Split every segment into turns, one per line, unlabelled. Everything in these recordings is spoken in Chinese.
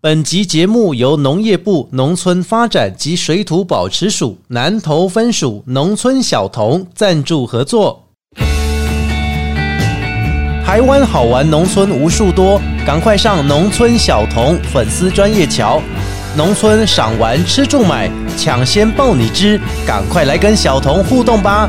本集节目由农业部农村发展及水土保持署南投分署农村小童赞助合作。台湾好玩农村无数多，赶快上农村小童粉丝专业瞧。农村赏玩吃住买，抢先报你知，赶快来跟小童互动吧！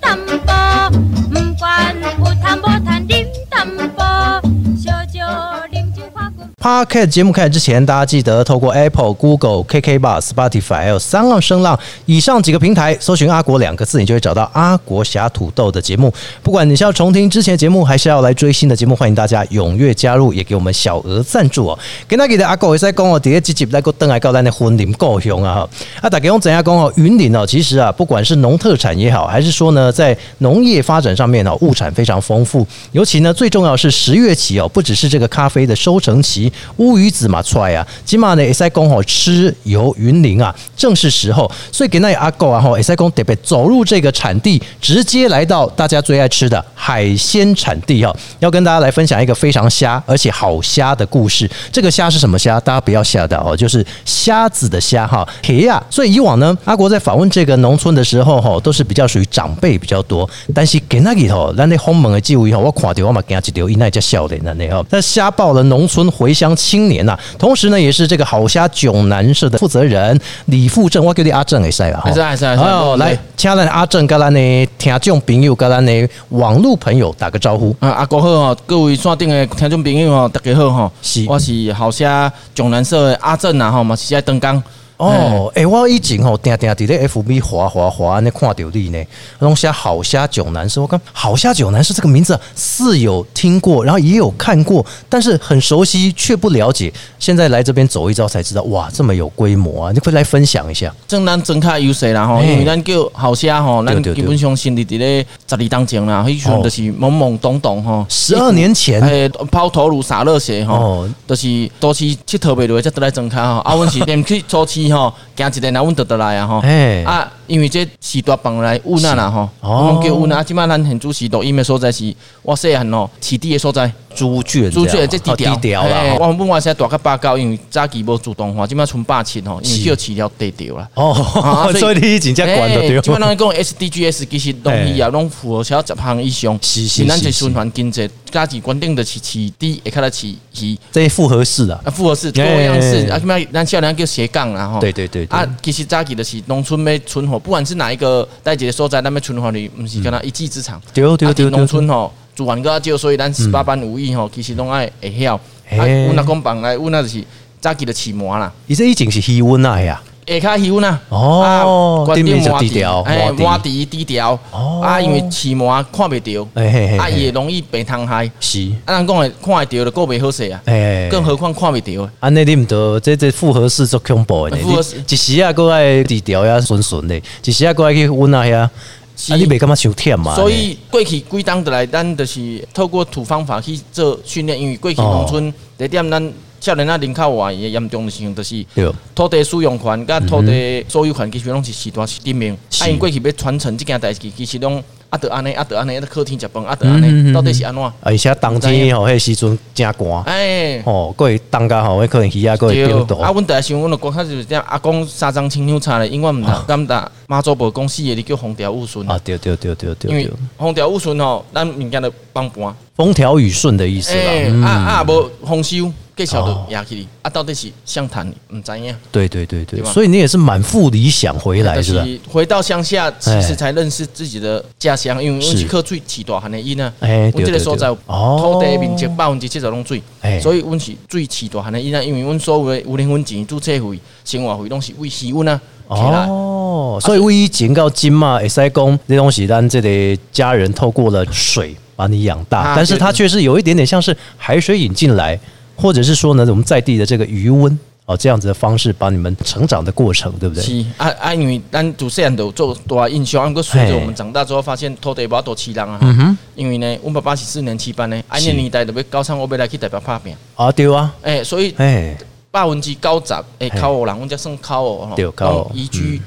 tâm bò mừng quan bù tham bò than điểm tâm bò cho cho điểm chữ khoa của
Podcast 节目开始之前，大家记得透过 Apple、Google、KK Bar、Spotify 还有三浪声浪以上几个平台搜寻“阿国”两个字，你就会找到阿国侠土豆的节目。不管你是要重听之前的节目，还是要来追新的节目，欢迎大家踊跃加入，也给我们小额赞助哦。今仔日的阿国会在讲哦，第一集集来个登来到咱的婚林故乡啊哈。啊，大家用怎样讲哦？云林哦，其实啊，不管是农特产也好，还是说呢，在农业发展上面哦，物产非常丰富，尤其呢，最重要是十月起哦，不只是这个咖啡的收成期，乌鱼子嘛出来啊，今嘛呢也在讲吼哦吃游云林啊，正是时候，所以给那阿狗啊吼也在讲特别走入这个产地，直接来到大家最爱吃的海鲜产地哦，要跟大家来分享一个非常虾而且好虾的故事。这个虾是什么虾？大家不要吓到哦，就是虾子的虾哈，铁呀。所以以往呢，阿国在访问这个农村的时候吼，都是比较属于长辈比较多，但是给那里吼，咱那轰猛的记忆吼，我看到我嘛给他一条，因那叫笑脸的那吼，那虾爆了农村回乡青年呐、啊同时呢也是这个好虾囧南社的负责人李富正，我叫你阿正也塞啦，吼
会使会使会使
哦，来，请咱阿正跟咱的听众朋友跟咱的网络朋友打个招呼。
啊，阿国好吼，各位线顶的听众朋友吼，大家好吼，
是
我是好虾囧南社的阿正啊吼，嘛是在登岗，
哦，诶、我以前吼定定伫咧 FB 滑滑滑，尼看到你呢，拢写好虾九男士，我讲好虾九男士这个名字啊似有听过，然后也有看过，但是很熟悉却不了解。现在来这边走一遭才知道，哇，这么有规模啊！你快来分享一下。
正咱增卡优势啦吼，
嘿
因为咱叫好虾吼，
对
咱
对对
基本上是伫伫咧十二当前啦，迄时
哦
阵就是懵懵懂懂吼，
十二年前，
诶，抛头颅洒热血吼
哦，
就是都是佚佗袂落，才倒来增卡吼，啊，阮是连去初期吼，行一日来阮倒倒来啊吼，
哎、
啊，因为这是大房来乌那啦吼，
哦
我们叫乌那，啊，即摆咱现主席抖音的所在是，我细汉吼，起地的所在，
猪圈，
主角
样
这低
哦
调，
低调
嘿
啦。
我本来是大甲八九，因为早期无主动化，即摆剩八千吼，因为
是
叫饲了低调啦。
哦
啊，
所以你以前才管的对
即摆
了。
咱讲 SDGs 其实拢伊啊，拢符合超十项以上。
是是
因为咱
是
这
是
循环经济，家己关定的是饲猪，会较来饲鱼，
这复合式的、啊，
啊，复合式、多
哎
样式
哎哎
啊，即摆咱少年叫斜杠啦吼。
对对对对
啊，其实早期就是农村要存活，不管是哪一个代志的所在，咱要存活哩，毋是敢若一技之长。
对对
啊
对
伫农
对嗯
村吼，资源较少，所以咱十八般武艺吼，其实拢爱会晓。啊，
嘿
阮阿公放来，阮那就是早期就饲麻啦，
伊这以前是气温啊呀，
下骹喜欢啦。
哦
啊关
顶面
键
是
麻
低调
哎，
麻
麻地低调。
哦
啊，因为饲麻看袂着，
哎嘿嘿，
啊，
嘿
伊会容易病虫害。
是，
啊，人讲的看会着就够袂好势啊，
哎，
更何况看袂着。
安尼你毋得，这这复合式做恐怖的呢，
复合式
你一时啊，搁爱低调呀，顺顺的，一时啊，搁爱去温啊遐，啊
是
你袂感觉伤忝嘛？
所以过去几当就来，咱就是透过土方法去做训练，因为过去
哦
农村第一点，咱少年啊人口外的严重的情况就是
安尼对，
土地使用权、甲土地所有权，其实拢是时代是顶面。
嗯是
啊，因过去要传承这件代志，其实拢啊，得安尼，啊得安尼，啊得靠天食饭，啊得
嗯
安
嗯嗯
尼，到底是安怎？
而且冬天吼，迄时阵真寒，
哎，
吼，搁会冻甲吼，迄可能鱼啊，搁会冰
啊，
冻，
阮第一想，阮就讲较就是这样，阿公三张青牛叉嘞，永远毋通敢打妈祖婆讲死的，你叫风调雨顺。
啊，对对对对对
因为
对，
风调雨顺吼，咱物件就放盘。
风调雨顺的意思啦，
欸
嗯
啊啊，无丰收，介绍
哦
的压起哩，啊，到底是向谈毋知影。
对对对对，
对吧
所以你也是满腹理想回来
但
是吧？
回到乡下，其
哎
实才认识自己的家乡，因为
是
阮是靠水起大汉的因啊。
哎，
阮
对
这
对
个所在
对
有，
哦
土地面积百分之七十拢水
哎，
所以阮是水起大汉的因啊。因为阮所有的有零分钱、注册费、生活费拢是为渔阮啊起来。啊
哦，所以为警告金嘛，会塞公这东西，但这里家人透过了水把你养大，
啊
但是它
对
却是有一点点像是海水引进来，或者是说呢，我们在地的这个余温哦，这样子的方式把你们成长的过程，对不对？
是啊啊，因为咱主持人都有做大的印象，啊，不过随着
嘿嗯
我们长大之后，发现土地无多饲人啊。哈因为呢，阮爸爸是四年七班呢，啊，
是
那年代就要高三，我要来去台北拍拼。
啊，对啊，
哎、所以
哎，
百分之九十诶，考学人，阮才算考学吼，
对嗯考学
拢移居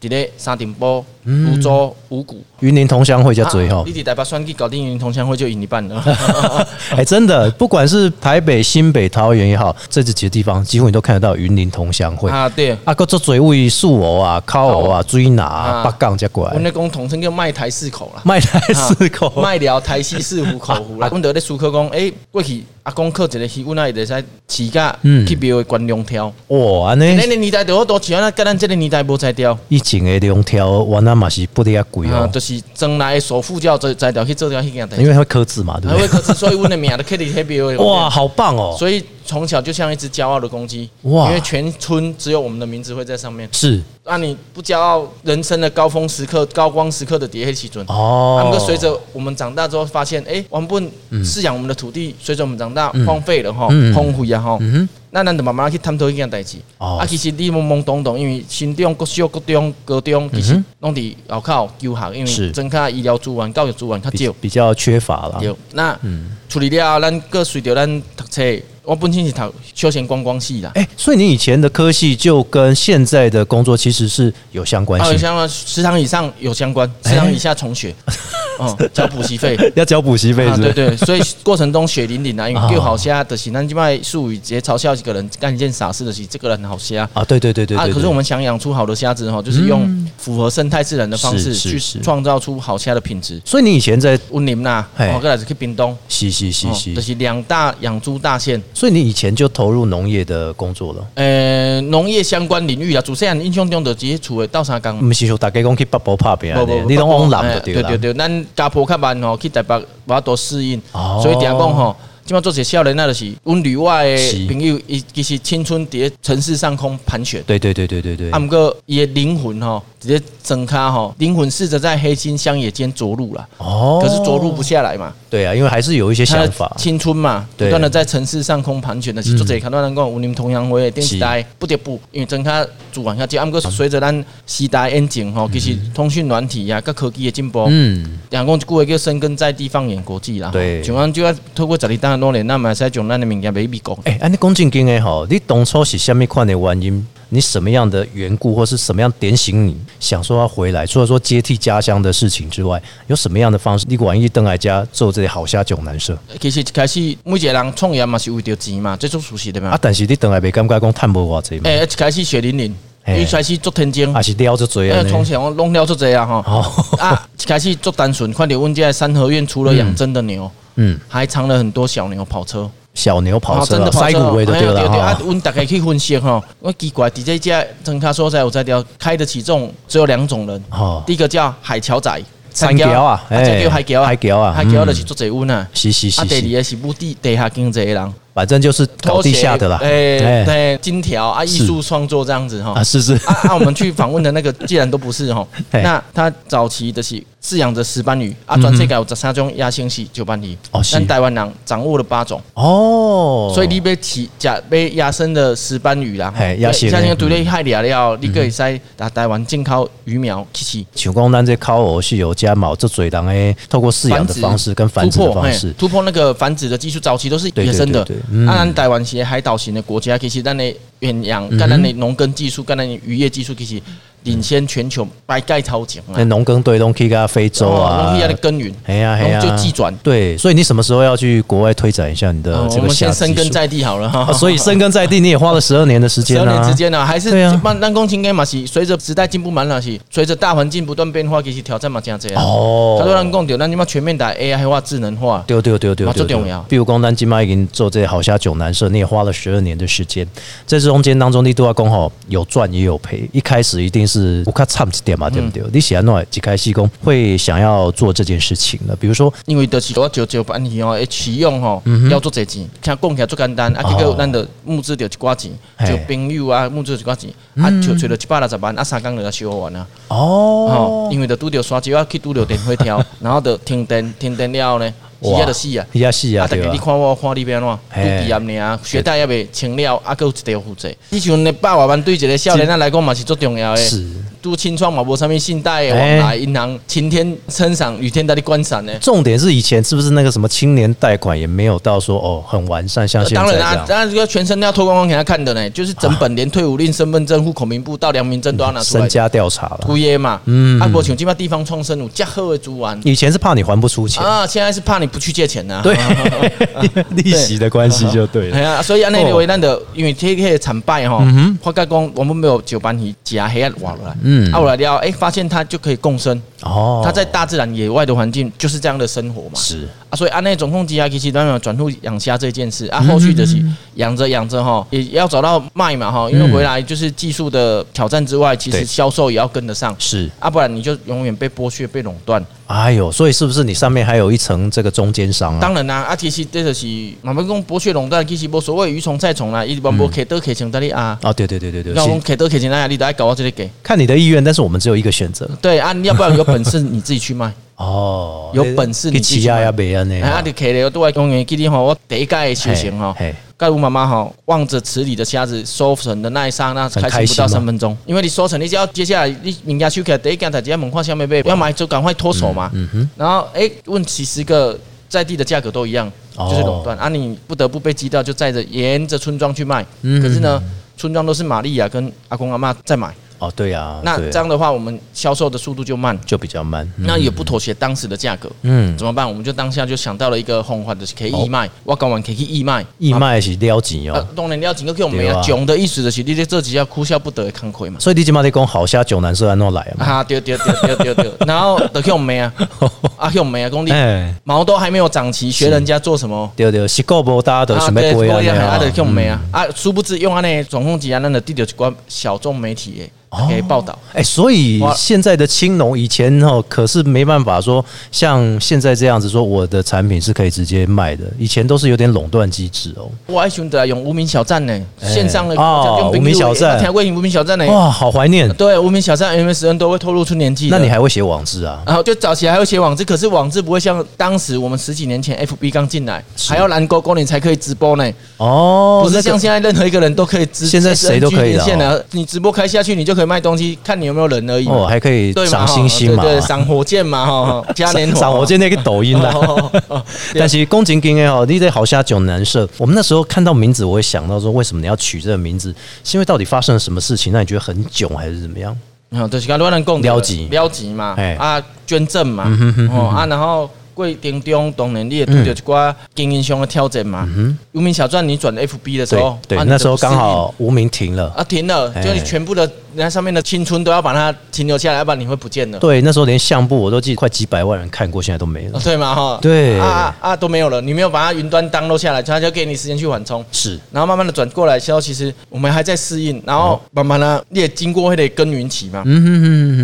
伫咧沙尘暴、
嗯
泸州、五股。
云林同乡会叫最
啊
后
你，伫台北选去搞定云同乡会就赢一 半了。
哎，真的，不管是台北、新北、桃园也好，这几个地方，几乎你都看得到云林同乡会。
啊，对，
啊，个做嘴位素偶啊、烤偶啊、追拿啊、
啊
八杠加过
阮
来，
咧讲统称叫卖台四口啦。
卖台四口，
啊
啊
卖了台西四湖口湖啦，阮就咧思考讲，诶，过去阿公靠一个鱼，阮也会使饲甲
嗯
去庙的观众跳。
哇，哦安尼
咱个年代就好多饲，咱甲咱这个年代无才调，
以前的两条原来嘛是不得啊贵
啊，
哦，
就是将来的首富就要才才调去做掉迄件代
因。为它会刻字嘛，对
还
不
啊
对？
会可是，所以阮的名就刻伫迄庙的。
哇，！好棒哦！
所以从小就像一只骄傲的公鸡，
哇
因为全村只有我们的名字会在上面。
是
那、你不骄傲，人生的高峰时刻、高光时刻的叠黑起准。他
哦
们，随着我们长大之后，发现，哎、我们不能饲养我们的土地，随着我们长大荒废了哈，
嗯嗯
荒废啊哈
嗯哼。
那咱就慢慢去探讨一件代志。
哦
啊，其实你懵懵懂懂，因为新中、国小、国中、高中，
嗯
其实拢伫后口求学，因
是
为增加医疗资源、教育资源较
比
少。
比较缺乏啦。
对，那
嗯
处理了后，咱各随着咱读册，我本身是读休闲观光系啦。
哎，所以你以前的科系就跟现在的工作其实哎是有相关
啊，有
性，
相关十堂以上有相关，
哎
十堂以下 重学，哦，交补习费。
要交补习费
啊，
是不
对
是？
对，所以过程中血淋淋啊，因
啊
为又好虾的是，咱即摆术语直接嘲笑一个人干一件傻事的是，这个人好虾
啊，对对对对
啊。
对。嗯
可是我们想养出好的虾子哈，就是用符合生态自然的方
是
式
是
去
是
创造出好虾的品质。
所以你以前在
温林呐，哦
嘿
我过来是去屏东，
是是是，
哦就是是两大养猪大县，
所以你以前就投入农业的工作了。
呃，农业相关领域啊，主持人印象中就直接厝的稻沙工。
毋是说大家讲去北部拍拼
无
安尼，啊你拢往南就对
对
啦
哎对。对，咱家婆较慢吼，去台北我要多适应，
哦
所以定讲吼。即摆做些少年，那就是阮旅外
是
的朋友，伊其实青春伫咧城市上空盘旋，
对对对对对对
啊，，毋过伊的灵魂吼，直接睁开吼，灵魂试着在黑金乡野间着陆啦，
哦
可是着陆不下来嘛，
对啊，因为还是有一些
他
想
的
法，
青春嘛，
对嗯
不断的在城市上空盘旋的是，做者看到咱讲有林同阳辉电视台不得不，因为真较主管较少，啊，毋过随着咱时代演进吼，其实通讯软体啊，甲科技的进步，
嗯，
人讲一句话叫深耕在地，放眼国际啦。
对
像咱就要透过十二单的努力，咱嘛会使将咱的物件卖美国。
哎，安尼讲正经的吼，你当初是虾米款的原因？你什么样的缘故，或是什么样点醒你想说要回来？除了说接替家乡的事情之外，有什么样的方式？你愿意邓来家做这些好虾囧男生
其实一开始每一个人创业嘛是为着钱嘛，这种熟悉的
啊
嘛？。啊
但是你邓来袂感觉讲探无偌济嘛，
诶、一开始血淋淋，
嘿
一开始做天津
还，是撩着嘴啊
诶，？从前我弄了做这啊吼。
哦，
啊，一开始做单纯，看到阮这三合院除了养真的牛，
嗯，
还藏了很多小牛跑车，
小牛跑车
真
啊，
的跑
塞
车哦，
骨味的
哎
对
呀对
了
对啊
哈，，
阮大概去分析吼，我奇怪，伫这家增卡所在有在条开得起这种只有两种人，
哦，
第一个叫海桥仔，
山桥啊
啊，这
哎
叫海桥啊，
海桥啊
海桥
嗯
就是做侪阮啊。
是是
啊，
是
第
是，
二个是母地地下经济的人，
反正就是搞地下的啦，
哎，对，金条啊，艺术创作这样子哈
啊，。是是，
啊啊，我们去访问的那个， 既然都不是哈，
嘿嗯
那他早期的是饲养着石斑鱼啊，全世界有十三种亚星系九斑鱼
哦，是
咱台湾人掌握了八种，
哦，
所以你要饲食被野生的石斑鱼啦，
嘿野生的嗯
像那个独立海里了，你可以使打台湾进口鱼苗去饲。
像讲咱这烤鹅是有加毛，这嘴人诶，透过饲养的方式跟繁殖
突
的
破
方
嘿
式，
突破那个繁殖的技术，早期都是
对
野生的
对对对嗯。
啊，咱台湾是海岛型的国家，其实咱的远洋、
哼
跟咱的农耕技术、跟咱的渔业技术，其实领先全球百盖超前啊哦
那。农耕队拢去到非洲啊
农，业的耕耘，
哎呀哎呀，
就寄转。
对，所以你什么时候要去国外推展一下你的
哦
呃这
我
个
们
下
先
技
深耕
术？
在地好了哈
啊，。所以 深耕在地，你也花了十二年的时
十
间
二年
啊
之。间呢，还是
对啊
慢单工情感嘛是随着时代进步嘛那是随着大环境不断变化，其实挑战嘛啊这样这样。他说咱
哦，
讲对，咱你妈全面打 AI 化、智能化，
对对对对
嘛
对
哦这重
对
要。
比如讲，咱今麦已经做这好虾九南社，你也花了十二年的时间，在这中间当中，你都要讲吼，有赚也有赔。一开始一定是我看惨一点
嗯
嘛，对不对？你喜欢弄几开西工会想要做这件事情呢？比如说
因为就是我招招班鱼哦，诶，启用吼要做这钱，听讲起来足简单，啊，
嗯哦
结果咱就募资着一寡钱，
嘿嗯
就朋友啊募资着一寡钱，啊，就找着一百六十万，啊，三工就甲烧完啊，
哦
吼，，因为着拄着沙石啊，去拄着电火 条，然后着停电，停电了后呢，鱼
哇
啊着死啊。
伊也是啊，
啊！逐
对
个
吧
你？看我，我看你变安怎？
嘿
拄毕业尔，学贷也未清了，啊，还有一条负债。你像那百外万对一个少年仔来讲嘛是足重要的。
是，
拄拄清创嘛，无啥物信贷的往来，银行晴天撑伞，雨天带你关伞呢。
重点是以前是不是那个什么青年贷款也没有到说哦很完善，像现在
当
这
然啊，
样。啊
当然要全身都要脱光光给他看的呢，就是整本连退伍令、身份证、户口名簿到良民证都要拿啊出来
嗯身。家调查了，
规的嘛，
嗯
啊，无像即摆地方创生有遮好的资源
以前是怕你还不出钱，
啊，现在是怕你不去借钱呐、啊。
对， 因为利息的关系就 对了。
哎呀，所以安尼
哦
为咱的，因为这个惨败吼，发觉讲我们没有九斑鱼夹黑暗活落来，
嗯
嗯，啊，我来了，哎，发现它就可以共生，
哦，
它在大自然野外的环境就是这样的生活嘛，
是
啊，所以安内总控机啊，其实咱们转入养虾这件事啊，后续
嗯
就是养着养着哈，也要找到卖嘛哈，因为回来就是技术的挑战之外，其
对
实销售也要跟得上，
是，
啊，不然你就永远被剥削、被垄断。
哎呦，所以是不是你上面还有一层这个中间商啊？
当然啦、啊，其实这就是慢慢讲剥削垄断，其实无所谓鱼虫菜虫啦，伊般无客倒客情在你啊。
哦，对对对对对，
要讲
是
客倒客情，那你都爱搞我这里给。
看你的意愿，但是我们只有一个选择
对啊，你要不然有本事你自己 去卖。
哦。
有本事你
去
自己
起亚
买
呀北安
哎啊，
呢
你？哦客了，都爱公园，记得吼，我第一届修
嘿
行吼，
嘿
盖卢妈妈吼，望着池里的虾子收成的那一刹那，
很
开
开
始
心
不到
吗
三分钟，因为你收成，你只要接下来你人家收起来第一件代志，要问看下面买，要买就赶快脱手嘛。
嗯哼，
然后哎、问几十个在地的价格都一样，
哦
就是垄断、啊，你不得不被击掉，就载着沿着村庄去卖。
嗯
可是呢，村庄都是玛利亚跟阿公阿妈在买，
哦，对呀，
那
对
这样的话，我们销售的速度就慢，
就比较慢。嗯
那也不妥协当时的价格。
嗯，哦
怎么办？我们就当下就想到了一个方法，就是可以义卖，我讲完可以义卖，
义卖是撩紧
啊
哦，，
当然了，整个叫我们
对啊
穷的意思就是，你这这几要哭笑不得的看亏嘛。
所以你今嘛在讲好虾九男是安怎来的嘛？
啊，对对对对对对， 然后就叫我们啊，啊叫我们啊，讲你
哎，
毛都还没有长齐，学人家做什么？
对对，是够无大家都想要
对
过
啊，
啊
啊，就叫我们啊，啊，殊不知用安尼总控级啊，咱就得到一寡小众媒体
哦
的给报道。
哎、所以现在的青农以前哦，可是没办法说像现在这样子说，我的产品是可以直接卖的。以前都是有点垄断机制哦。
我爱选择用无名小站呢，
哎
线上的
哦
用 BQ
无名小站
哎听过无名小站呢？
哇，好怀念。
对，无名小站 MSN 都会透露出年纪的。
那你还会写网志啊？
然后就早期还会写网志，可是网志不会像当时我们十几年前 FB 刚进来，还要蓝勾勾你才可以直播呢，
哦，
不是
那个
像现在任何一个人都可以直。
现在谁都可以了哦
现在你直播开下去，你就可以卖东西，看你有没有人而已嘛。
哦，还可以
对嘛
赏
哈
星星嘛，
对对，赏火箭嘛，哈， 嘉年华，
赏我 见那个抖音啦。
哦哦哦对
但是宫崎骏也好，哦你在好虾九男社，我们那时候看到名字，我会想到说，为什么你要取这个名字？是因为到底发生了什么事情，让你觉得很囧，还是怎么样？
啊， 就是讲乱人讲
了解
了级嘛
嘿，嗯
啊，捐赠嘛，哦啊，然后过程中当然你也遇到一寡经营上的挑战嘛。无名小站你转 FB 的时
对
候，
嗯对
啊，
那时候刚。
你就不适应
好无名停了。
啊，停了，
哎
就你全部的那上面的青春都要把它停留下来，要不然你会不见了。
对，那时候连相簿我都记得快几百万人看过，现在都没了
哦。对嘛哈，
对
啊啊啊都没有了，你没有把它云端 download 下来，它就给你时间去缓冲，
是
然后慢慢的转过来之后，其实我们还在适应，然后慢慢的你也经过那个耕耘期嘛，
嗯哼哼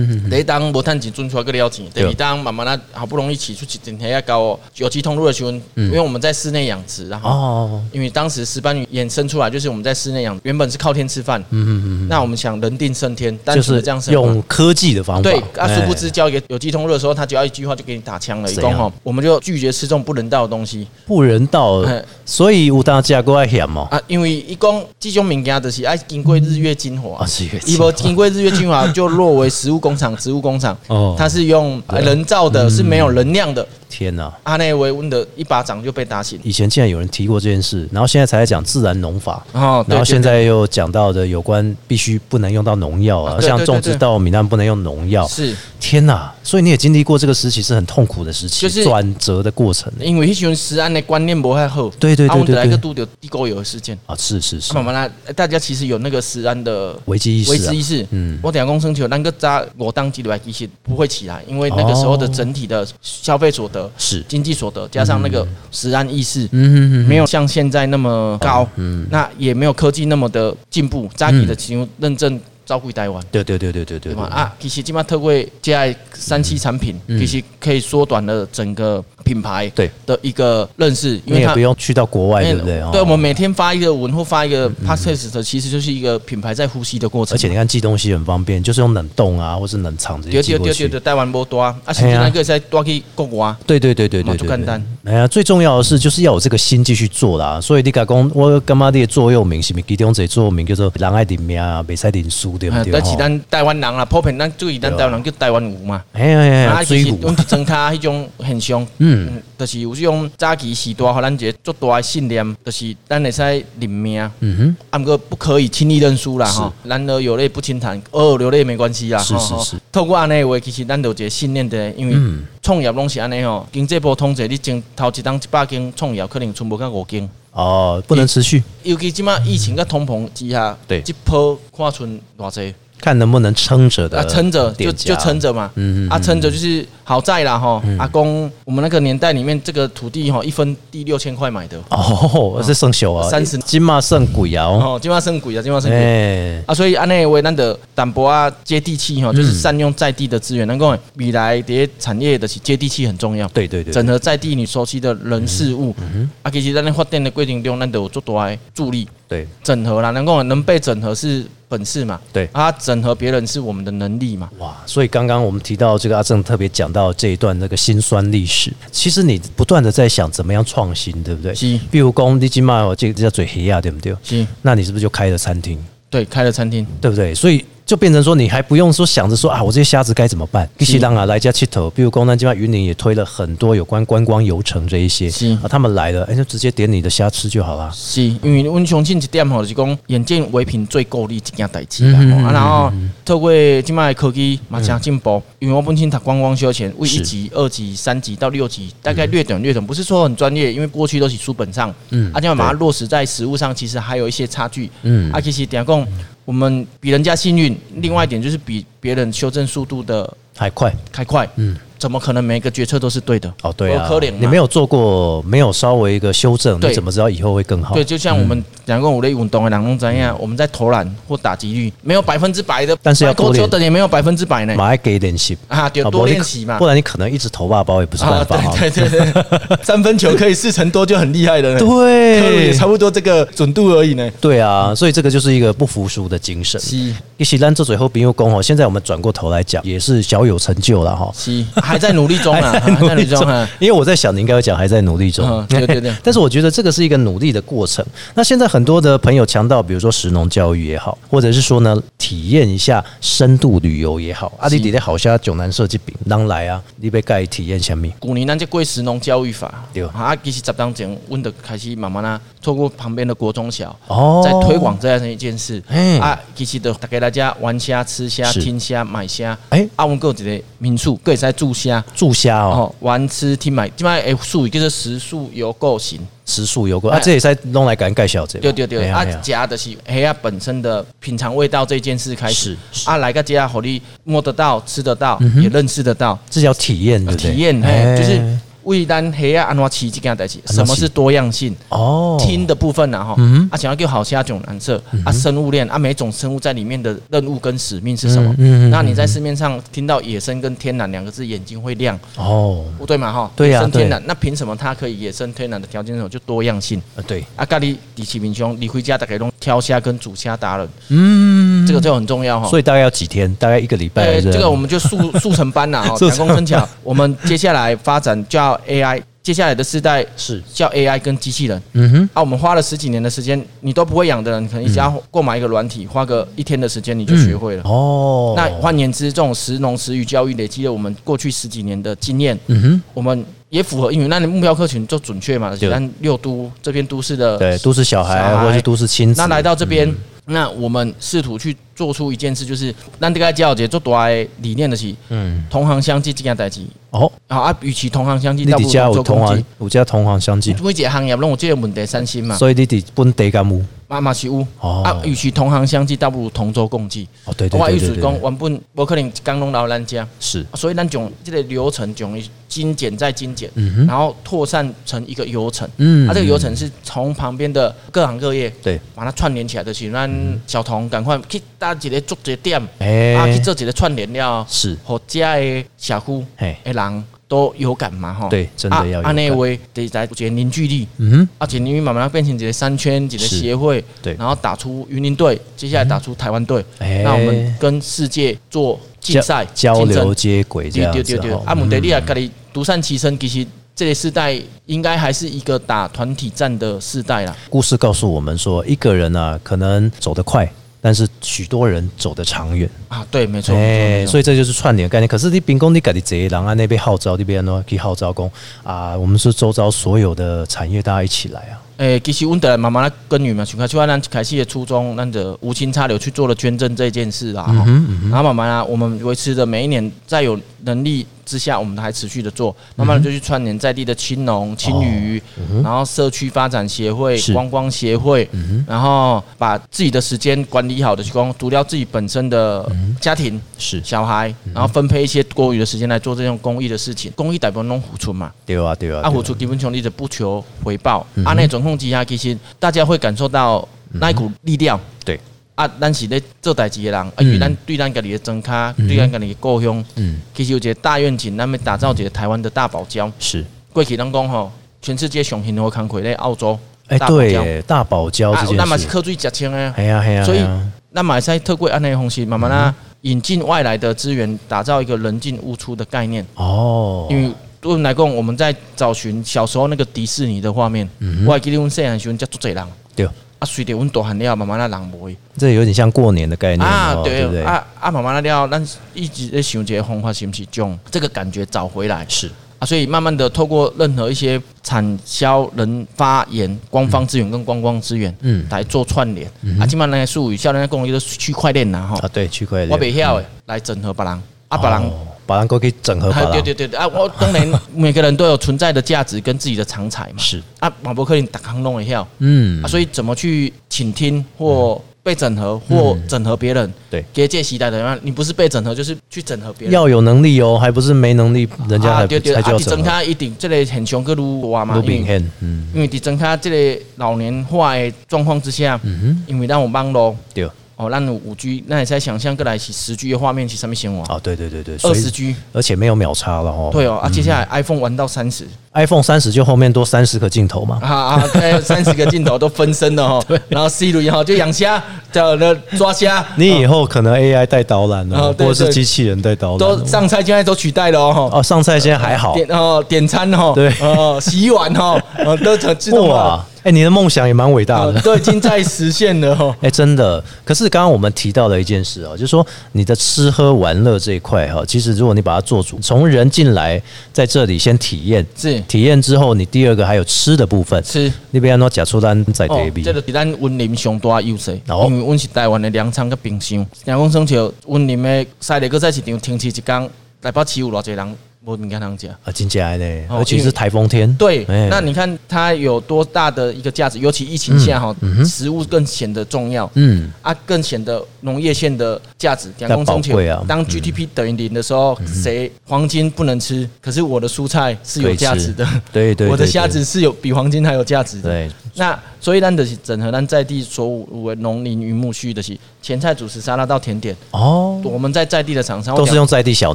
哼哼
第一当无趁钱赚出来个了钱，第
对
二当慢慢啊好不容易起出一整天要搞有机通路的时候，因为我们在室内养殖，然
哼，
后
嗯哦，
因为当时石斑鱼衍生出来，就是我们在室内养，原本是靠天吃饭，嗯嗯嗯，那我们想人定胜天，单
就
纯
是
的这样生活
用科技的方法。
对啊，
哎啊
殊不知交给有机通路的时候，他只要一句话就给你打枪了，一
怎样
共吼，我们就拒绝吃这种不人道的东西
不人道
哎，
所以有大家过爱嫌哦。
啊，因为一共这种物件就是爱经过日月精华
啊，，是月
一波经过日月精华就落为食物工厂，植物工厂
哦，嗯
它是用呃
对
人造的，是没有能量的。
天哪、
阿内维温的一巴掌就被打醒。
以前竟然有人提过这件事，然后现在才在讲自然农法。
哦
嗯然后现在又讲到的有关必须不能用到农药
啊
啊，
对
像
对
种
对
植
对
稻米那不能用农药。
是
天哪！所以你也经历过这个时期是很痛苦的时期
就，是
转折的过程
因为迄时阵食安的观念不太好，
对对对
啊，我们
对
本来
对
个拄着地沟油的事件，
啊，是是是
啊，，慢慢来，大家其实有那个食安的
危机意识、啊，
为之一试。
嗯
嗯，我两公升酒，那个扎我当季的白其实不会起来，因为那个时候的整体的消费所得、
是，
经济所得，加上那个食安意识。
嗯哦哼哼
没有像现在那么高，那也没有科技那么的进步。扎起的使用认证照顾台湾，
对对对对对对对
对
嗯
嘛啊，其实今麦特贵加三期产品，其实可以缩短了整个品牌
对
的一个认识，因
你
为
也
它
不用去到国外，对
因为
不对？哦嗯
对，我们每天发一个文或发一个 podcast，其实就是一个品牌在呼吸的过程。
而且你看寄东西很方便，就是用冷冻啊，或是冷藏直接
对
寄
对
过
对
去
对。对，台湾无多啊，啊，甚至那个在多去国外。
对对对对对
嘛就
对，
简单
对。哎呀，最重要的是就是要有这个心继续做啦。所以你讲讲，我干妈的座右铭是咪？其中一个座右铭叫做“人爱领命，袂使认输舞啊对不
啊
对？哦
但是
吼，
咱台湾人啦，普遍咱注意咱台湾人叫台湾舞嘛。
哎呀
啊，
哎，
其
追
实
舞
阮，一种卡迄种现象，
嗯
嗯，就是有这种早期时代，互咱一个足大的信念，就是咱会使认命，
嗯
啊，毋过不可以轻易认输啦
是
吼。男儿有泪不轻弹，偶尔流泪没关系啦。
是
吼
是
吼
是
透过安尼的话，其实咱就有一个信念的，因为
嗯
创业拢是安尼吼，经济波通者，你前头一档一百间创业，可能剩无到五间。
哦，不能持续，
尤其即马疫情甲通膨之下，
对
一波看剩偌济。
看能不能撑着的
啊，撑着就
店家
就撑着嘛，
呃嗯嗯
啊，
嗯
撑着就是好在啦吼，阿公，我们那个年代里面，这个土地吼一分地六千块买的，
哦，这算小啊，
30
金嘛算贵啊，哦
哦，今晚算贵啊，今晚算贵。
哎，
啊，所以安内为咱的淡薄啊接地气吼，就是善用在地的资源。能够未来的产业的是接地气很重要，
对对对，嗯
整合在地你熟悉的人事物，啊，其实咱咧发展的过程中，咱都有做大的助力
对
整合啦。能够能被整合是本事嘛，
对
啊，整合别人是我们的能力嘛。
哇，所以刚刚我们提到这个阿正特别讲到这一段那个辛酸历史，其实你不断的在想怎么样创新，对不对？
是
比如讲你今嘛有这个叫嘴黑啊，对不对？
是，
那你是不是就开了餐厅，
对，开了餐厅。
对不对？所以就变成说你还不用说想着说啊，我这些虾子该怎么办？必须让啊来家去头，比如讲那今嘛云林也推了很多有关观光游程这一些，
是
啊，他们来了，哎，就直接点你的虾吃就好了。
是因为阮相信一点吼，就是讲眼见为凭，最顾虑这件代志啦。
嗯
吼
嗯
啊，
嗯
然后透过即卖科技嘛，真进步。因为我本身读观光休闲，为一级、二级、三级到六级，大概略懂略懂，不是说很专业，因为过去都是书本上，
嗯
啊，这样把它落实在实物上，其实还有一些差距。
嗯
啊，其实点讲，我们比人家幸运，另外一点就是比别人修正速度的
还快，
开快。
嗯
嗯，怎么可能每个决策都是对的？
哦，对啊
有可能，嘛
你没有做过，没有稍微一个修正，你
对
怎么知道以后会更好？
对，就像我们讲过，我的运动的人拢怎样，我们在投篮或打击率没有百分之百的，
但是要多练
球等也没有百分之百呢。
马爱给练习，
啊，对，
啊
多
不然你
练
可
习嘛
不。然你可能一直投外包也不是
啊，
办法啊。
对对对对， 三分球可以四成多就很厉害了呢。科鲁也
对
差不多这个准度而已呢。
对啊，所以这个就是一个不服输的精神。
是
一起烂做最后朋友工哦，现在我们转过头来讲，也是小有成就了哈。
是，还在努力中 啊，还在努力中啊。
因为我在想，你应该会讲还在努力中
嗯。对对对
但是我觉得这个是一个努力的过程。那现在很多的朋友强调，比如说食农教育也好，或者是说呢，体验一下深度旅游也好，啊阿弟弟的好虾九南设计饼，当来啊，你被盖体验下面。
古年咱这贵食农教育法
对，
啊，其实十当前，阮就开始慢慢啊，透过旁边的国中小，
哦
在推广这样一件事
嘿。
啊，其实就大家大家玩虾、吃虾、
是
听虾、买虾。
哎
啊，阮们有一个民宿，个会使住虾，
住虾哦，
哦，玩吃听买，即摆诶属于叫做食宿游购型。
食宿游过啊，
哎
这也在弄来敢盖小这。
对对对，
哎呀
啊
哎呀，
加的是黑啊本身的品尝味道这件事开始
是，是
啊来个加火力摸得到、吃得到，也认识得到，
这叫体验，对不对？
体验
哎
嘿，就是为咱黑啊安怎吃这件代志，
怎么
什么是
吃
多样性？
哦，嗯
听的部分呐哈，啊，想要叫好虾种蓝色啊，生物链啊，每种生物在里面的任务跟使命是什么
嗯嗯嗯？
那你在市面上听到野生跟天然两个字，眼睛会亮，
哦，
不对嘛哈？
对呀
野生
对
天然，那凭什么它可以野生天然的条件是什么就多样性？
呃对，
啊，咖喱底气民兄，你回家大概拢挑虾跟煮虾达人，
嗯，
这个就很重要哈。
所以大概要几天？大概一个礼拜
呃
还是？
这个我们就 速速成班啦哈，
速
讲
成班
工分巧，我们接下来发展叫 AI，接下来的世代
是，
叫 AI 跟机器人。
嗯哼，
啊，我们花了十几年的时间，你都不会养的人，可能一家购买一个软体，花个一天的时间你就学会了。
哦，
那换言之，这种食农食育教育累积了我们过去十几年的经验，
嗯哼，
我们也符合，因为那你目标客群就准确嘛，
对
咱六都这边都市的
对，都市小孩
小孩
或者是都市亲子，嗯
那来到这边，那我们试图去做出一件事，就是咱这个教育做大的理念的是
嗯，
同行相济这件代志。
哦，
好啊，与其同行相济，
你
倒不
底家
如
有
做
同
共
行
济。，
有家同行相近，
每一个行业拢有这个问题三心嘛，
所以你底本地干母，
嘛嘛是有。
哦
啊，与其同行相济，倒不如同舟共济。
哦，对对
我
对
意
对
思
对
讲，，原本无可能刚拢老咱家，
是，
所以咱从这个流程从精简再精简，
嗯哼
然后拓散成一个流程。
嗯
啊，这个流程是从旁边的各行各业
对，
把它串联起来，就是咱小童赶快去搭一个做一个点，啊
哎
去，做一个串联了，
是，
互遮的社区
嘿，
的人都有感嘛吼。
对真的要有感
啊，安内位得在有一个凝聚力，
嗯哼，
啊，一个凝聚慢慢变成一个三圈，一个
是
协会，
对
然后打出云林队，接下来打出台湾队，
哎
那我们跟世界做竞赛
交交
竞争
流接轨这
对
样
对
子
对对，
哦，
啊，
嗯
姆德利亚家己独善其身，其实这个世代应该还是一个打团体战的世代啦。
故事告诉我们说，一个人啊，可能走得快。但是许多人走得长远。
啊，对，没错，
哎、所
以
以这就是串联的概念。可是你秉公你改的这一狼啊，那边号召那边呢，可以号召工啊，我们是周遭所有的产业大家一起来啊。
诶，其实阮得慢慢来耕耘嘛，像看就按咱一开始的初衷，咱的无心插柳去做了捐赠这件事啊，吼
哦嗯
然后慢慢啊，我们维持着每一年在有能力之下，我们还持续的做，慢慢的就去串联在地的青
嗯
农、青渔，然后社区发展协会、
哦是嗯
观光协会，然后把自己的时间管理好的去光除掉自己本身的家庭。
嗯是嗯
小孩，然后分配一些多余的时间来做这种公益的事情。公益大部分拢付出嘛，
对啊，对啊，
啊，
对嗯
付出基本上你就不求回报。啊，那种控制下，其实大家会感受到那一股力量。
对，
啊，咱是咧做代志的人，啊，
嗯
因为咱对咱家己的庄卡，对咱家己的故乡，
嗯，
其实有一个大愿景，咱要打造一个台湾的大堡礁。
是。
过去咱讲吼，全世界上幸福工课咧澳洲，
哎、
大堡
对
礁
耶，大堡礁这
啊，咱嘛
件
是
事，
靠水食穿的啊。
哎呀哎呀，
所以
哎呀
那马赛特贵安内的方式，慢慢啊
嗯
引进外来的资源，打造一个人进物出的概念。
哦，
因为对我们来讲，我们在找寻小时候那个迪士尼的画面，
嗯
我还记得阮细汉时阵才做侪人，
对，
啊，随着阮大汉了，慢慢啊人无
这有点像过年的概念
啊
哦，对不
对
对？
啊啊，慢慢啊了，咱一直在想一个方法，是不是将这个感觉找回来
是
啊？所以慢慢的透过任何一些产销、人发言、官方资源跟观光资源，
嗯
嗯，来做串联啊，基本上那些术语，像人家讲的就是区块链呐吼
啊，，对，区块链，嗯
我袂晓的来整合别人，啊，别人。
哦，把人过去整合，把
啊，对
人
对对对啊！我当然每个人都有存在的价值跟自己的长才嘛。
是，
啊，马伯克林打康弄一下，
嗯
啊，，所以怎么去倾听或被整合或整合别人？
嗯对
给这时代的人，你不是被整合，就是去整合别人。
要有能力哦，还不是没能力，人家还
啊，
不
对对，
还
啊，
就要
你
整
增
合。
加一定这个很凶个路哇嘛，
卢
因
炳
为
汉，嗯，
因为伫增加这个老年化的状况之下，
嗯
因为咱有网络
对，
哦，咱有五 G，那你在想象过来是十 G 的画面是什么生活？
哦，对对对对，所
二
以
十 G，
而且没有秒差了哦。
对哦，啊，接下来 iPhone 玩到三十。
iPhone 三十就后面多三十个镜头嘛。
啊啊！还有三十个镜头都分身了 哈，然后 C 轮哈哦就养虾，叫了抓哦虾，
你以后可能 AI 带导览
啊
哦，
对
或者是
对
机器人带导览
都
哦。
上菜现在都取代了哦。
哦，上菜现在还好
点哦点餐哦，
对
哦洗碗哦，哦都成自动化，
哇！哎，你的梦想也蛮伟大
哦
的。
都已经在实现了哦。
哎、真的。可是刚刚我们提到了一件事哦，就是说你的吃喝玩乐这一块哈，其实如果你把它做足，从人进来在这里先体验，
是
体验之后，你第二个还有吃的部分，
吃
那边要假出单在
哦
d，b
这个是咱温林上大的优势，
哦
因为阮是台湾的粮仓甲冰箱。听讲生笑，温林的赛丽搁在市场停市一天，台北市有偌济人无物件通食。
啊，真假的呢，
哦
而且是台风天，
对，
哎
那你看它有多大的一个价值？尤其疫情下哈，食物更显得重要。
嗯，
啊，更显得农业线的价值。两公升
宝
球
贵啊，嗯
当 GDP 等于零的时候，谁黄金不能吃？可是我的蔬菜是有价值的
可以吃，对对对
我的
对
虾子是有比黄金还有价值的。
对，
那所以咱的是整合咱在地所有的农林渔牧区的是前菜、主食、沙拉到甜点，
哦，
我们在在地的厂商
都是用在地小
我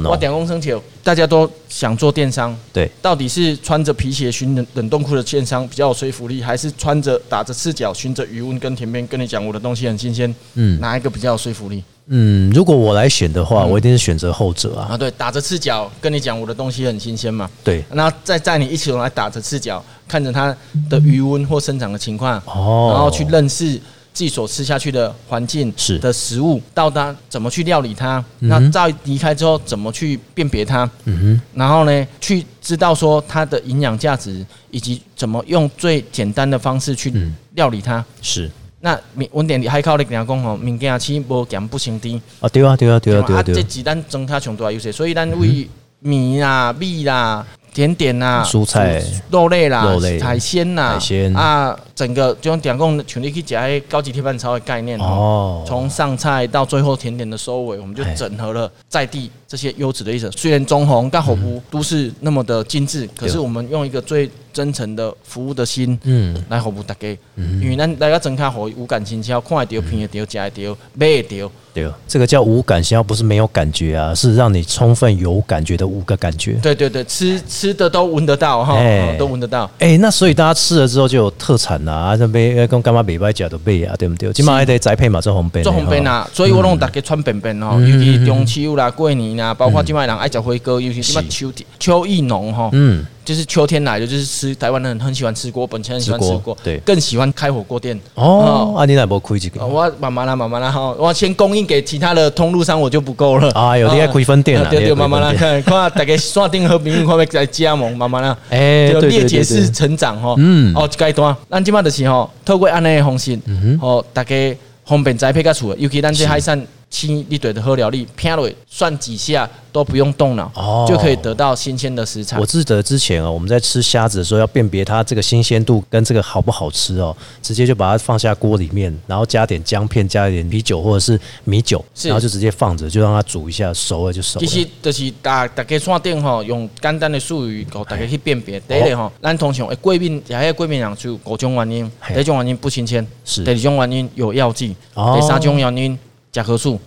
农，
两公升球，大家都想做电商，
对，
到底是穿着皮鞋寻冷冷冻库的电商比较有说服力，还是穿着打着赤脚寻着余温跟田边跟你讲我的东西很新鲜，
嗯
哪一个比较有说服力？
嗯，如果我来选的话，我一定是选择后者啊，
嗯啊，对，打着赤脚跟你讲我的东西很新鲜嘛，
对，
然后再带你一起来打着赤脚，看着它的余温或生长的情况，
哦
然后去认识自己所吃下去的环境
是嗯
的食物，到它怎么去料理它，
哼
那在离开之后怎么去辨别它，
嗯
然后呢，去知道说它的营养价值，以及怎么用最简单的方式去
嗯
料理它。
哼，是
那面温点里还靠咧跟人讲吼，物件吃无咸不行甜，
啊，对啊，对啊，对啊，对
嘛
啊，
这
对啊，
几单增加上大的优势，所以咱为米啦、米啦、甜点啦、
蔬菜
肉类啦
肉类、
海鲜啦、
海鲜
啊，整个就像点讲，像你去吃迄高级铁板烧的概念哦。
哦，
从上菜到最后甜点的收尾，我们就整合了
哎
在地这些优质的意思。虽然中红跟火屋都是那么的精致，可是我们用一个最真诚的服务的心，
嗯，
来服务大家，因为咱大家真卡好有感情销，看得到、品得到、食得到、买得到。
对啊，这个叫无感，想要不是没有感觉啊，是让你充分有感觉的五个感觉。
对对对，吃吃的都闻得到哈，
哎
哦都闻得到。
哎、那所以大家吃了之后就有特产啦、啊，这边跟干妈北拜假的贝啊，对不对？起码还得栽培嘛，做红贝，
做方便
哈，
啦，所以我拢大家穿便便
嗯
吼，尤啊其中秋啦、过年啦，包括即摆人爱食火锅，尤其即摆秋天秋意浓吼，
嗯，
即就是秋天来的，就是吃台湾人很喜欢吃锅，本身很喜欢吃
吃锅
锅，
对
更喜欢开火锅店。
哦，啊，你那无开一
呃
个，
我慢慢啦，慢慢啦哈，我先供应给其他的通路上我就不够了。
哎呦你要开分店啦
啊对
你
对，
要开
慢慢啦，
分
看看大家刷定和平，看要来加盟，慢慢啦。
哎
就
对对
裂解
对对
式成长吼，
嗯
哦，阶段，咱即马就是吼，透过安尼的方式，哦，大家方便栽培个厝，尤其咱这海产青一堆的好料理，拼落算几下都不用动脑，
哦
就可以得到新鲜的食材
我。记得之前哦，我们在吃虾子的时候要辨别它这个新鲜度跟这个好不好吃哦，直接就把它放下锅里面，然后加点姜片，加一点啤酒或者是米酒，
是
然后就直接放着，就让它煮一下，熟了就熟了。
其实就是大大家线顶吼，用简单的术语，给大家去辨
哦
别。第一个吼，咱通常会过敏，也迄过敏人就有五种原因。
嘿
第一种原因不新鲜，
是
第二种原因有药剂，
哦
第三种原因甲壳素，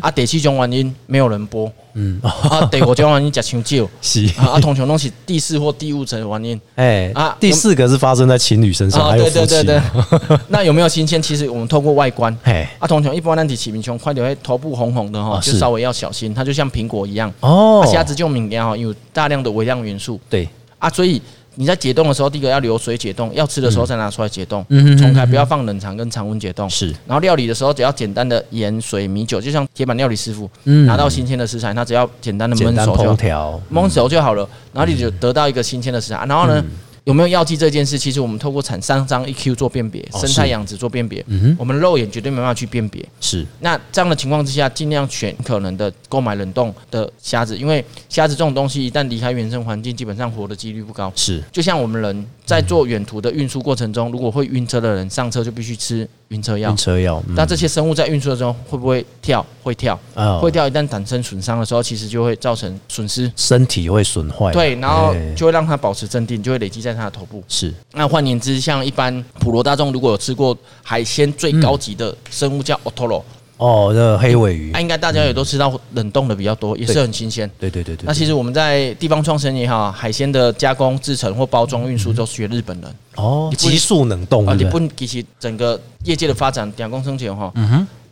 啊，第四种原因没有人播，
嗯，
啊，第五种原因食伤少，
是
啊，啊通常拢是第四或第五层的原因。
哎、
啊
第四个是发生在情侣身上，还有
对
夫
对
妻
对。对， 那有没有新鲜？其实我们透过外观
嘿，
啊，通常一般咱伫市面上看到迄头部红红的
啊
吼，就是稍微要小心，它就像苹果一样。
哦
啊，虾子这种物件吼，有大量的微量元素
对，
啊，所以你在解冻的时候，第一个要流水解冻，要吃的时候再拿出来解冻
嗯哼，
冲开，不要放冷藏跟常温解冻。
是，
然后料理的时候，只要简单的盐、水、米酒，就像铁板料理师傅
嗯
拿到新鲜的食材，他只要简单的
简
焖
单
熟就
烹
好。
调，
蒙熟就好了，然后你就得到一个新鲜的食材。
嗯
啊然后呢，有没有药剂这件事，其实我们透过产商张 EQ 做辨别，
哦
生态
是嗯
养殖做辨别
哼，
我们肉眼绝对没办法去辨别。
是
那这样的情况之下，尽量选可能的购买冷冻的虾子，因为虾子这种东西一旦离开原生环境，基本上活的几率不高。
是
就像我们人在做远途的运输过程中，如果会晕车的人上车就必须吃晕车药
晕。车药，嗯
那这些生物在运输的时候会不会跳？会跳，
啊
会跳。一旦产生损伤的时候，其实就会造成损失。
身体会损坏，
对，然后
哎
就会让它保持镇定，就会累积在它的头部。
是
那换言之，像一般普罗大众如果有吃过海鲜最高级的生物叫 otoro，
哦，那个黑尾鱼
那，应该大家也都吃到冷冻的比较多，也是
对
很新鲜。
对对嗯对对，
那其实我们在地方创生也好，海鲜的加工、制成或包装、运
嗯
输都学日本人。
哦，
你不
急速冷冻，
啊，
对
日
不对
本其实整个业界的发展，两公升前哈，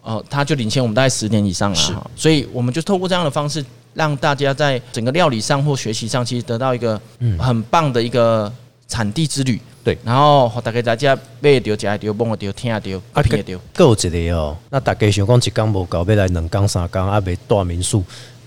呃，它就领先我们大概十年以上
嗯
了
是
哈。所以我们就透过这样的方式，让大家在整个料理上或学习上，其实得到一个
嗯
很棒的一个产地之旅。
对
然后哦大家大家买得到、食得到、摸得到、听得到、啊，品得到。
够一个哦。那大家想讲一缸无搞，要来两缸三缸，啊，袂大民宿，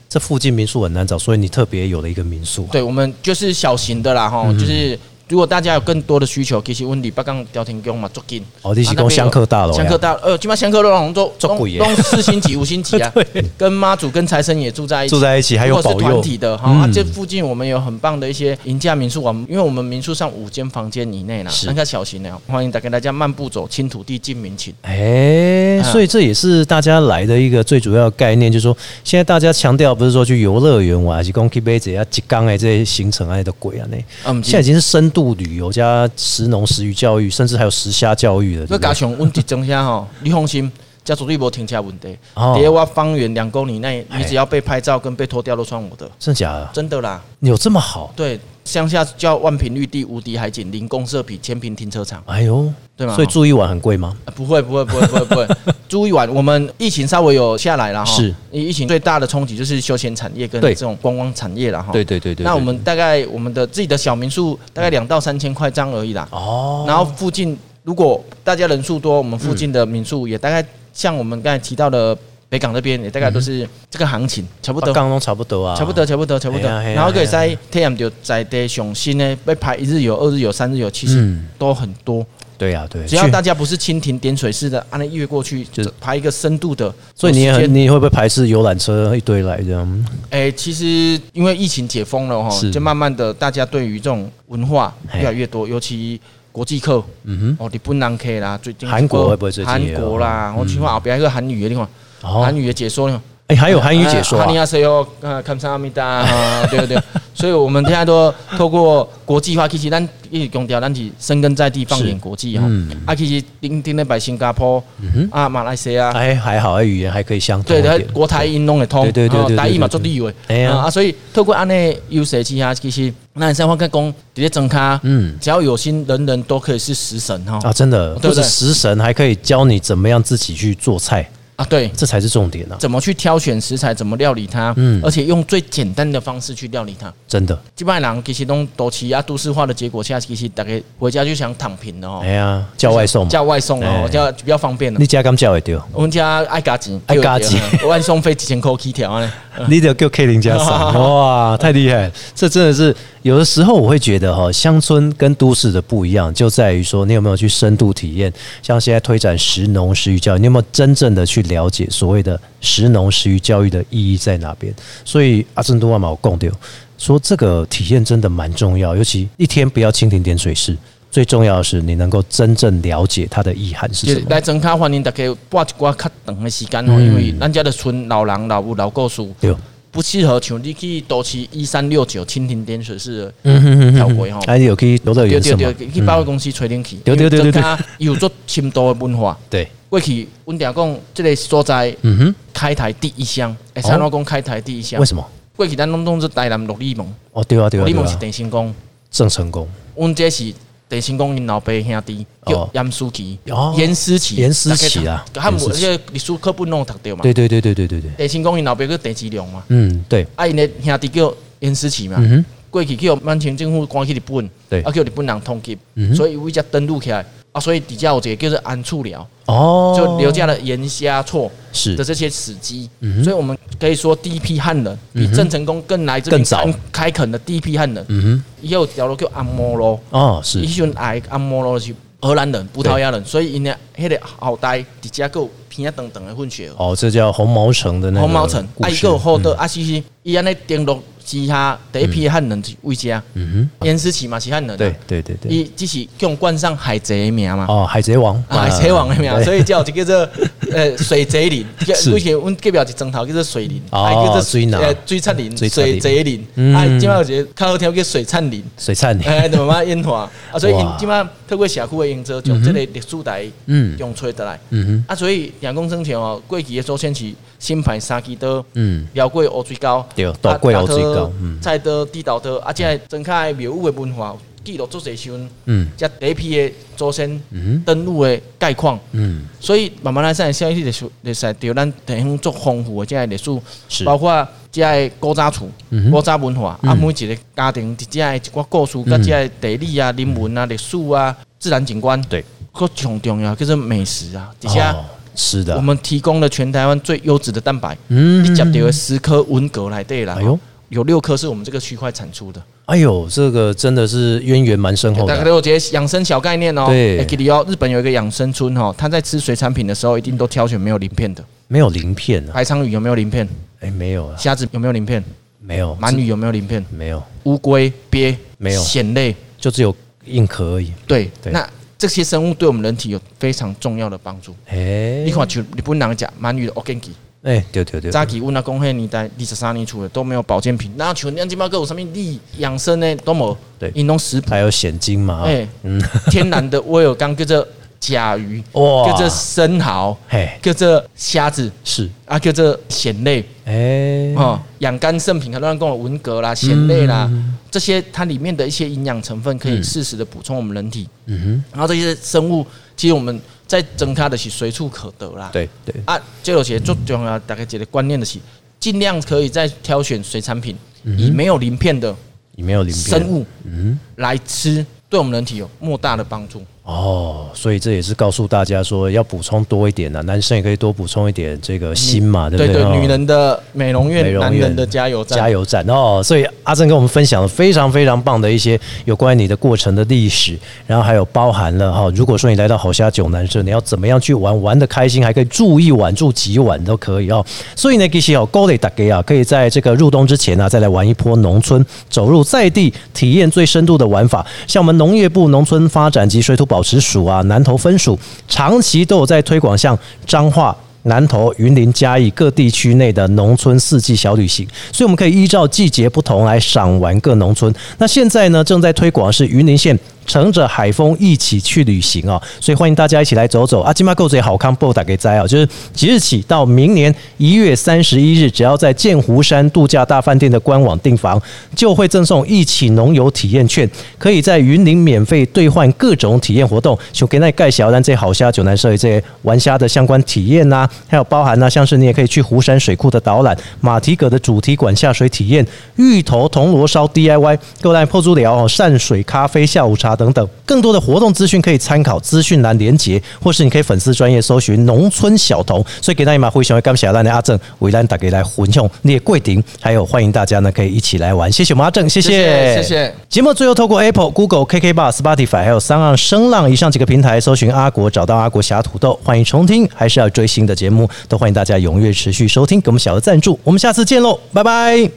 这附近民宿很难找，所以你特别有了一个民宿。
对，我们就是小型的啦
嗯
哈，就是。如果大家有更多的需求，其实问礼拜刚聊天宫嘛，足近。
哦你是
啊
讲香客大楼呀
香客大楼，呃，基本上香客大楼都
足贵耶
都四星级、五星级 啊。跟妈祖、跟财神也住在一起，
住在一起还有
如果是
保佑
团体的哈、
嗯
啊这附近我们有很棒的一些银价民宿啊，因为我们民宿上五间房间以内啦
是，
那个小型的哦，欢迎大家大家漫步走，亲土地近民情。
哎、
啊
所以这也是大家来的一个最主要的概念，就是说，现在大家强调不是说去游乐园玩，还是讲去买这些一缸的这些行程啊，的鬼啊那，
嗯，
现在已经是深度旅游加食农食鱼教育，甚至还有食虾教育了。对
这
不对
加上问题增加 吼，你放心，家族对无停车问题。
哦哎
第一，我方圆两公里内，你只要被拍照跟被脱掉都算我的，
真假的？
真的啦。
有这么好？
对，乡下叫万平绿地、无敌海景、零公社比、千平停车场，
哎呦，
对吗？
所以住一晚很贵吗？
啊不会不会不会不会不会，住一晚，我们疫情稍微有下来了哈。
是，
疫情最大的冲击就是休闲产业跟
对
这种观光产业了哈。
对对
那我们大概我们的自己的小民宿大概两到三千块张而已啦。
哦，
然后附近如果大家人数多，我们附近的民宿也大概像我们刚才提到的北港那边，也大概都是这个行情，差不多
刚。刚都差不嗯多啊，
差不多，差不多，差不多。
嘿啊嘿啊
然后可
嘿
以在 TM 就在地上新呢，被排一日游、二日游、三日游，其实
嗯
都很多。
对呀、啊，对，
只要
去
大家不是蜻蜓点水式的，啊按那越过去，
就
就排一个深度的。
所以你也
有时
很，
间
你会不会排斥游览车一堆来这样？
哎，其实因为疫情解封了哈
是，
就慢慢的大家对于这种文化
嘿
越来越多，尤其。国际客，
嗯
哦，日本人客啦，最近
韩国会不会最近
韩
也有
国啦，哦我听过后边还有一个韩语的，你看
哼，
韩
哦，
语的解说，你看
哎，还有韩语解说
哈
啊
尼，亚塞哟，呃，看上阿米达，啊对 对对，所以我们现在都透过国际化，其实咱一直强调，咱是深根在地，放眼国际哈
嗯。
啊，其实顶顶的摆新加坡啊，马来西亚，
哎，还好，哎，语言还可以相通
对
一
对，
点。
它国台音弄得通，
对对对
啊
对对
台语嘛
对
做
对
地位
哎，呀
啊，啊所以透过安尼优势之下，其实那你像我跟讲，直接增加，
嗯
只要有心，人人都可以是食神哈。
啊，真的，不
对不对
止食神，还可以教你怎么样自己去做菜。
啊啊，对，
这才是重点啊！
怎么去挑选食材，怎么料理它，
嗯
而且用最简单的方式去料理它。
真的，
基本上其实都都市啊，都市化的结果下，其实大概回家就想躺平了哦
哎，呀，叫外送嘛，
叫外送
哎
哦，叫比较方便了
你。家刚叫也对，哦
我们家爱加钱，
爱加钱
对，对对 外送费几千块起啊 条呢。
你得叫 K 零加三，哇，太厉害了！这真的是有的时候我会觉得哈，乡村跟都市的不一样，就在于说你有没有去深度体验，像现在推展食农食育教育，你有没有真正的去了解所谓的食农食育教育的意义在哪边？所以阿珍都万毛共丢说这个体验真的蛮重要，尤其一天不要蜻蜓点水式。最重要的是，你能够真正了解它的意涵是嗯
就
什
是
么。
来增加欢迎大家拨一寡较长的时间哦，因为咱家的村老人、老母、老故事
对，哦
不适合像你去都市一三六九蜻蜓点水式的
嗯哼哼
跳过吼。
哎，有可以留到
对
原
对
什
对，
么？
去百货公司吹冷气，
对对对对对
增加有做深度的文化。
对，
过去阮定讲，这个所在
嗯哼。
开台第一箱，会使我讲开台第一箱
哦为。什么？
过去咱拢拢是台南六里门，
哦，对啊，对
六
啊，
里
对
门是
啊，
郑成功，
郑成功，
阮这是郑成功因老爸兄弟
哦
叫严思琪
哦，
严思琪，
严思琪啊
大家读他
严思
们
琪
这历史课本拢有读到嘛。
对对对对对对对，
郑成功因老爸叫郑志良嘛，
嗯，对，
啊因的兄弟叫严思琪嘛。
嗯哼，
过去叫满清政府关去日本，
对
啊叫日本人通缉
嗯哼，
所以为只登陆起来啊，所以底下有一个叫做安处寮，
哦，
就留下了盐虾错
是
的这些史迹
嗯哼，嗯
所以我们可以说第一批汉人比郑成功更来这
更
边
早
开开垦的第一批汉人，
嗯
也有一条路叫安摩路，
哼，哦，
以
是，
前来安摩路是荷兰人、葡萄牙人，所以因的迄个后代底下有偏啊等等的混血儿，
哦，这叫红毛城的那个
红毛城，
故
啊
事嗯
伊个有后代啊是是，伊安尼登陆之下第一批汉人是为家，
嗯哼，
严思琪嘛是汉人啊，
对对对对，
伊只是用冠上海贼的名嘛，
哦，海贼王，
啊海贼王的 名，所
以
以叫一个叫做呃水贼林，
是
以前阮隔壁有一砖头叫做水林，
哦
还有叫做
水林
呃水灿林、
水贼林
水贼林
嗯，
啊，即摆有一个较好听叫水 灿林，
水灿，
哎，慢慢演化啊，所以因
哇
即摆透过社区的营造，将即个历史台
嗯
用吹得来。
嗯哼，
啊，所以两公生前哦，过去的祖先是新牌三支刀，
嗯
绕过乌水沟，
对
啊
渡过
大
乌水沟
刀
嗯
菜刀、地道刀，啊，即个真卡的庙宇的文化记录足侪时阵，
嗯
才第一批的祖先
嗯
登陆的概况，
嗯，
所以慢慢来上消息历史历史对咱地方足丰富的即个历史，
是，
包括即个古早厝
嗯哼、
古早文化，啊，
嗯
每一个家庭即个一寡故事，甲即个地理啊、人文啊、历史啊、自然景观，
对，
佮上重要就是美食啊，底下
哦吃的，
我们提供了全台湾最优质的蛋白。
嗯
你接到的十颗文革来对啦
哎呦，
有六颗是我们这个区块产出的，
哎呦，这个真的是渊源蛮深厚
大
的
家
啊
都，有这些养生小概念哦。
对
哎，给你哦，日本有一个养生村哦，他在吃水产品的时候一定都挑选没有鳞片的，
没有鳞片啊，
白鲳鱼有没有鳞片？
哎，没有啊，
虾子有没有鳞片？
没有，
鳗鱼有没有鳞片？
没有，
乌龟、鳖
没有
蚬类，
就只有硬壳而已，
对，
对
那这些生物对我们人体有非常重要的帮助。
哎
你，看，就日本人讲鳗鱼的 organic，
哎，对对对，
早期阮阿公迄年代二十三年出的都没有保健品，那像咱即摆个有啥物利养生呢都无，
对
因拢食谱。
还有险金嘛，啊
哎
嗯，
天然的威尔刚，叫做甲鱼，
哇
叫做生蚝，
嘿，
叫做虾子，
是，
啊，叫做蚬类
哎，
哦，养肝圣品，很多人跟我文革啦、蚬类啦，
嗯
这些它里面的一些营养成分可以适时的补充我们人体。
嗯
然后这些生物，其实我们在增加的是随处可得啦
哼，。对对，
啊，这有些最重要，大概一个观念的是，尽量可以在挑选水产品，以没有鳞片的
里面有嗯鳞片
生，物
嗯，
来吃，对我们人体有莫大的帮助。
哦，所以这也是告诉大家说要补充多一点啊，男生也可以多补充一点这个锌嘛，对不
嗯对
对？哦
女人的美容
美
院，
容
男人的
院
加油站，
加
油！
油站哦，所以阿正跟我们分享了非常非常棒的一些有关于你的过程的历史，然后还有包含了哈、如果说你来到好虾九南社，你要怎么样去玩，玩的开心，还可以住一晚，住几晚都可以哦。所以呢，其实哦，勾勒大家啊，可以在这个入冬之前呢、啊，再来玩一波农村，走入在地，体验最深度的玩法。像我们农业部农村发展及水土保持署啊，南投分署长期都有在推广像彰化。南投、云林、嘉义各地区内的农村四季小旅行，所以我们可以依照季节不同来赏玩各农村。那现在呢，正在推广的是云林县乘着海风一起去旅行哦。所以欢迎大家一起来走走啊！金马购最好康，不打给灾哦，就是即日起到明年一月三十一日，只要在剑湖山度假大饭店的官网订房，就会赠送一起农游体验券，可以在云林免费兑换各种体验活动，像给那盖小咱这好虾九南社这些玩虾的相关体验呐、还有包含呢、像是你也可以去湖山水库的导览、马蹄葛的主题馆下水体验、芋头铜锣烧 DIY、各来破猪聊哦、善水咖啡下午茶等等。更多的活动资讯可以参考资讯栏连结，或是你可以粉丝专业搜寻“农村小童”。所以给大家嘛，非常感谢咱的阿正，为咱大家来混用列桂顶，还有欢迎大家呢可以一起来玩。谢谢我们阿正，谢
谢谢谢
节目最后透过 Apple、Google、KK Bar、Spotify 还有三浪声浪以上几个平台搜寻阿国，找到阿国侠土豆，欢迎重听，还是要追新的节目，都欢迎大家踊跃持续收听，给我们小额赞助，我们下次见喽，拜拜。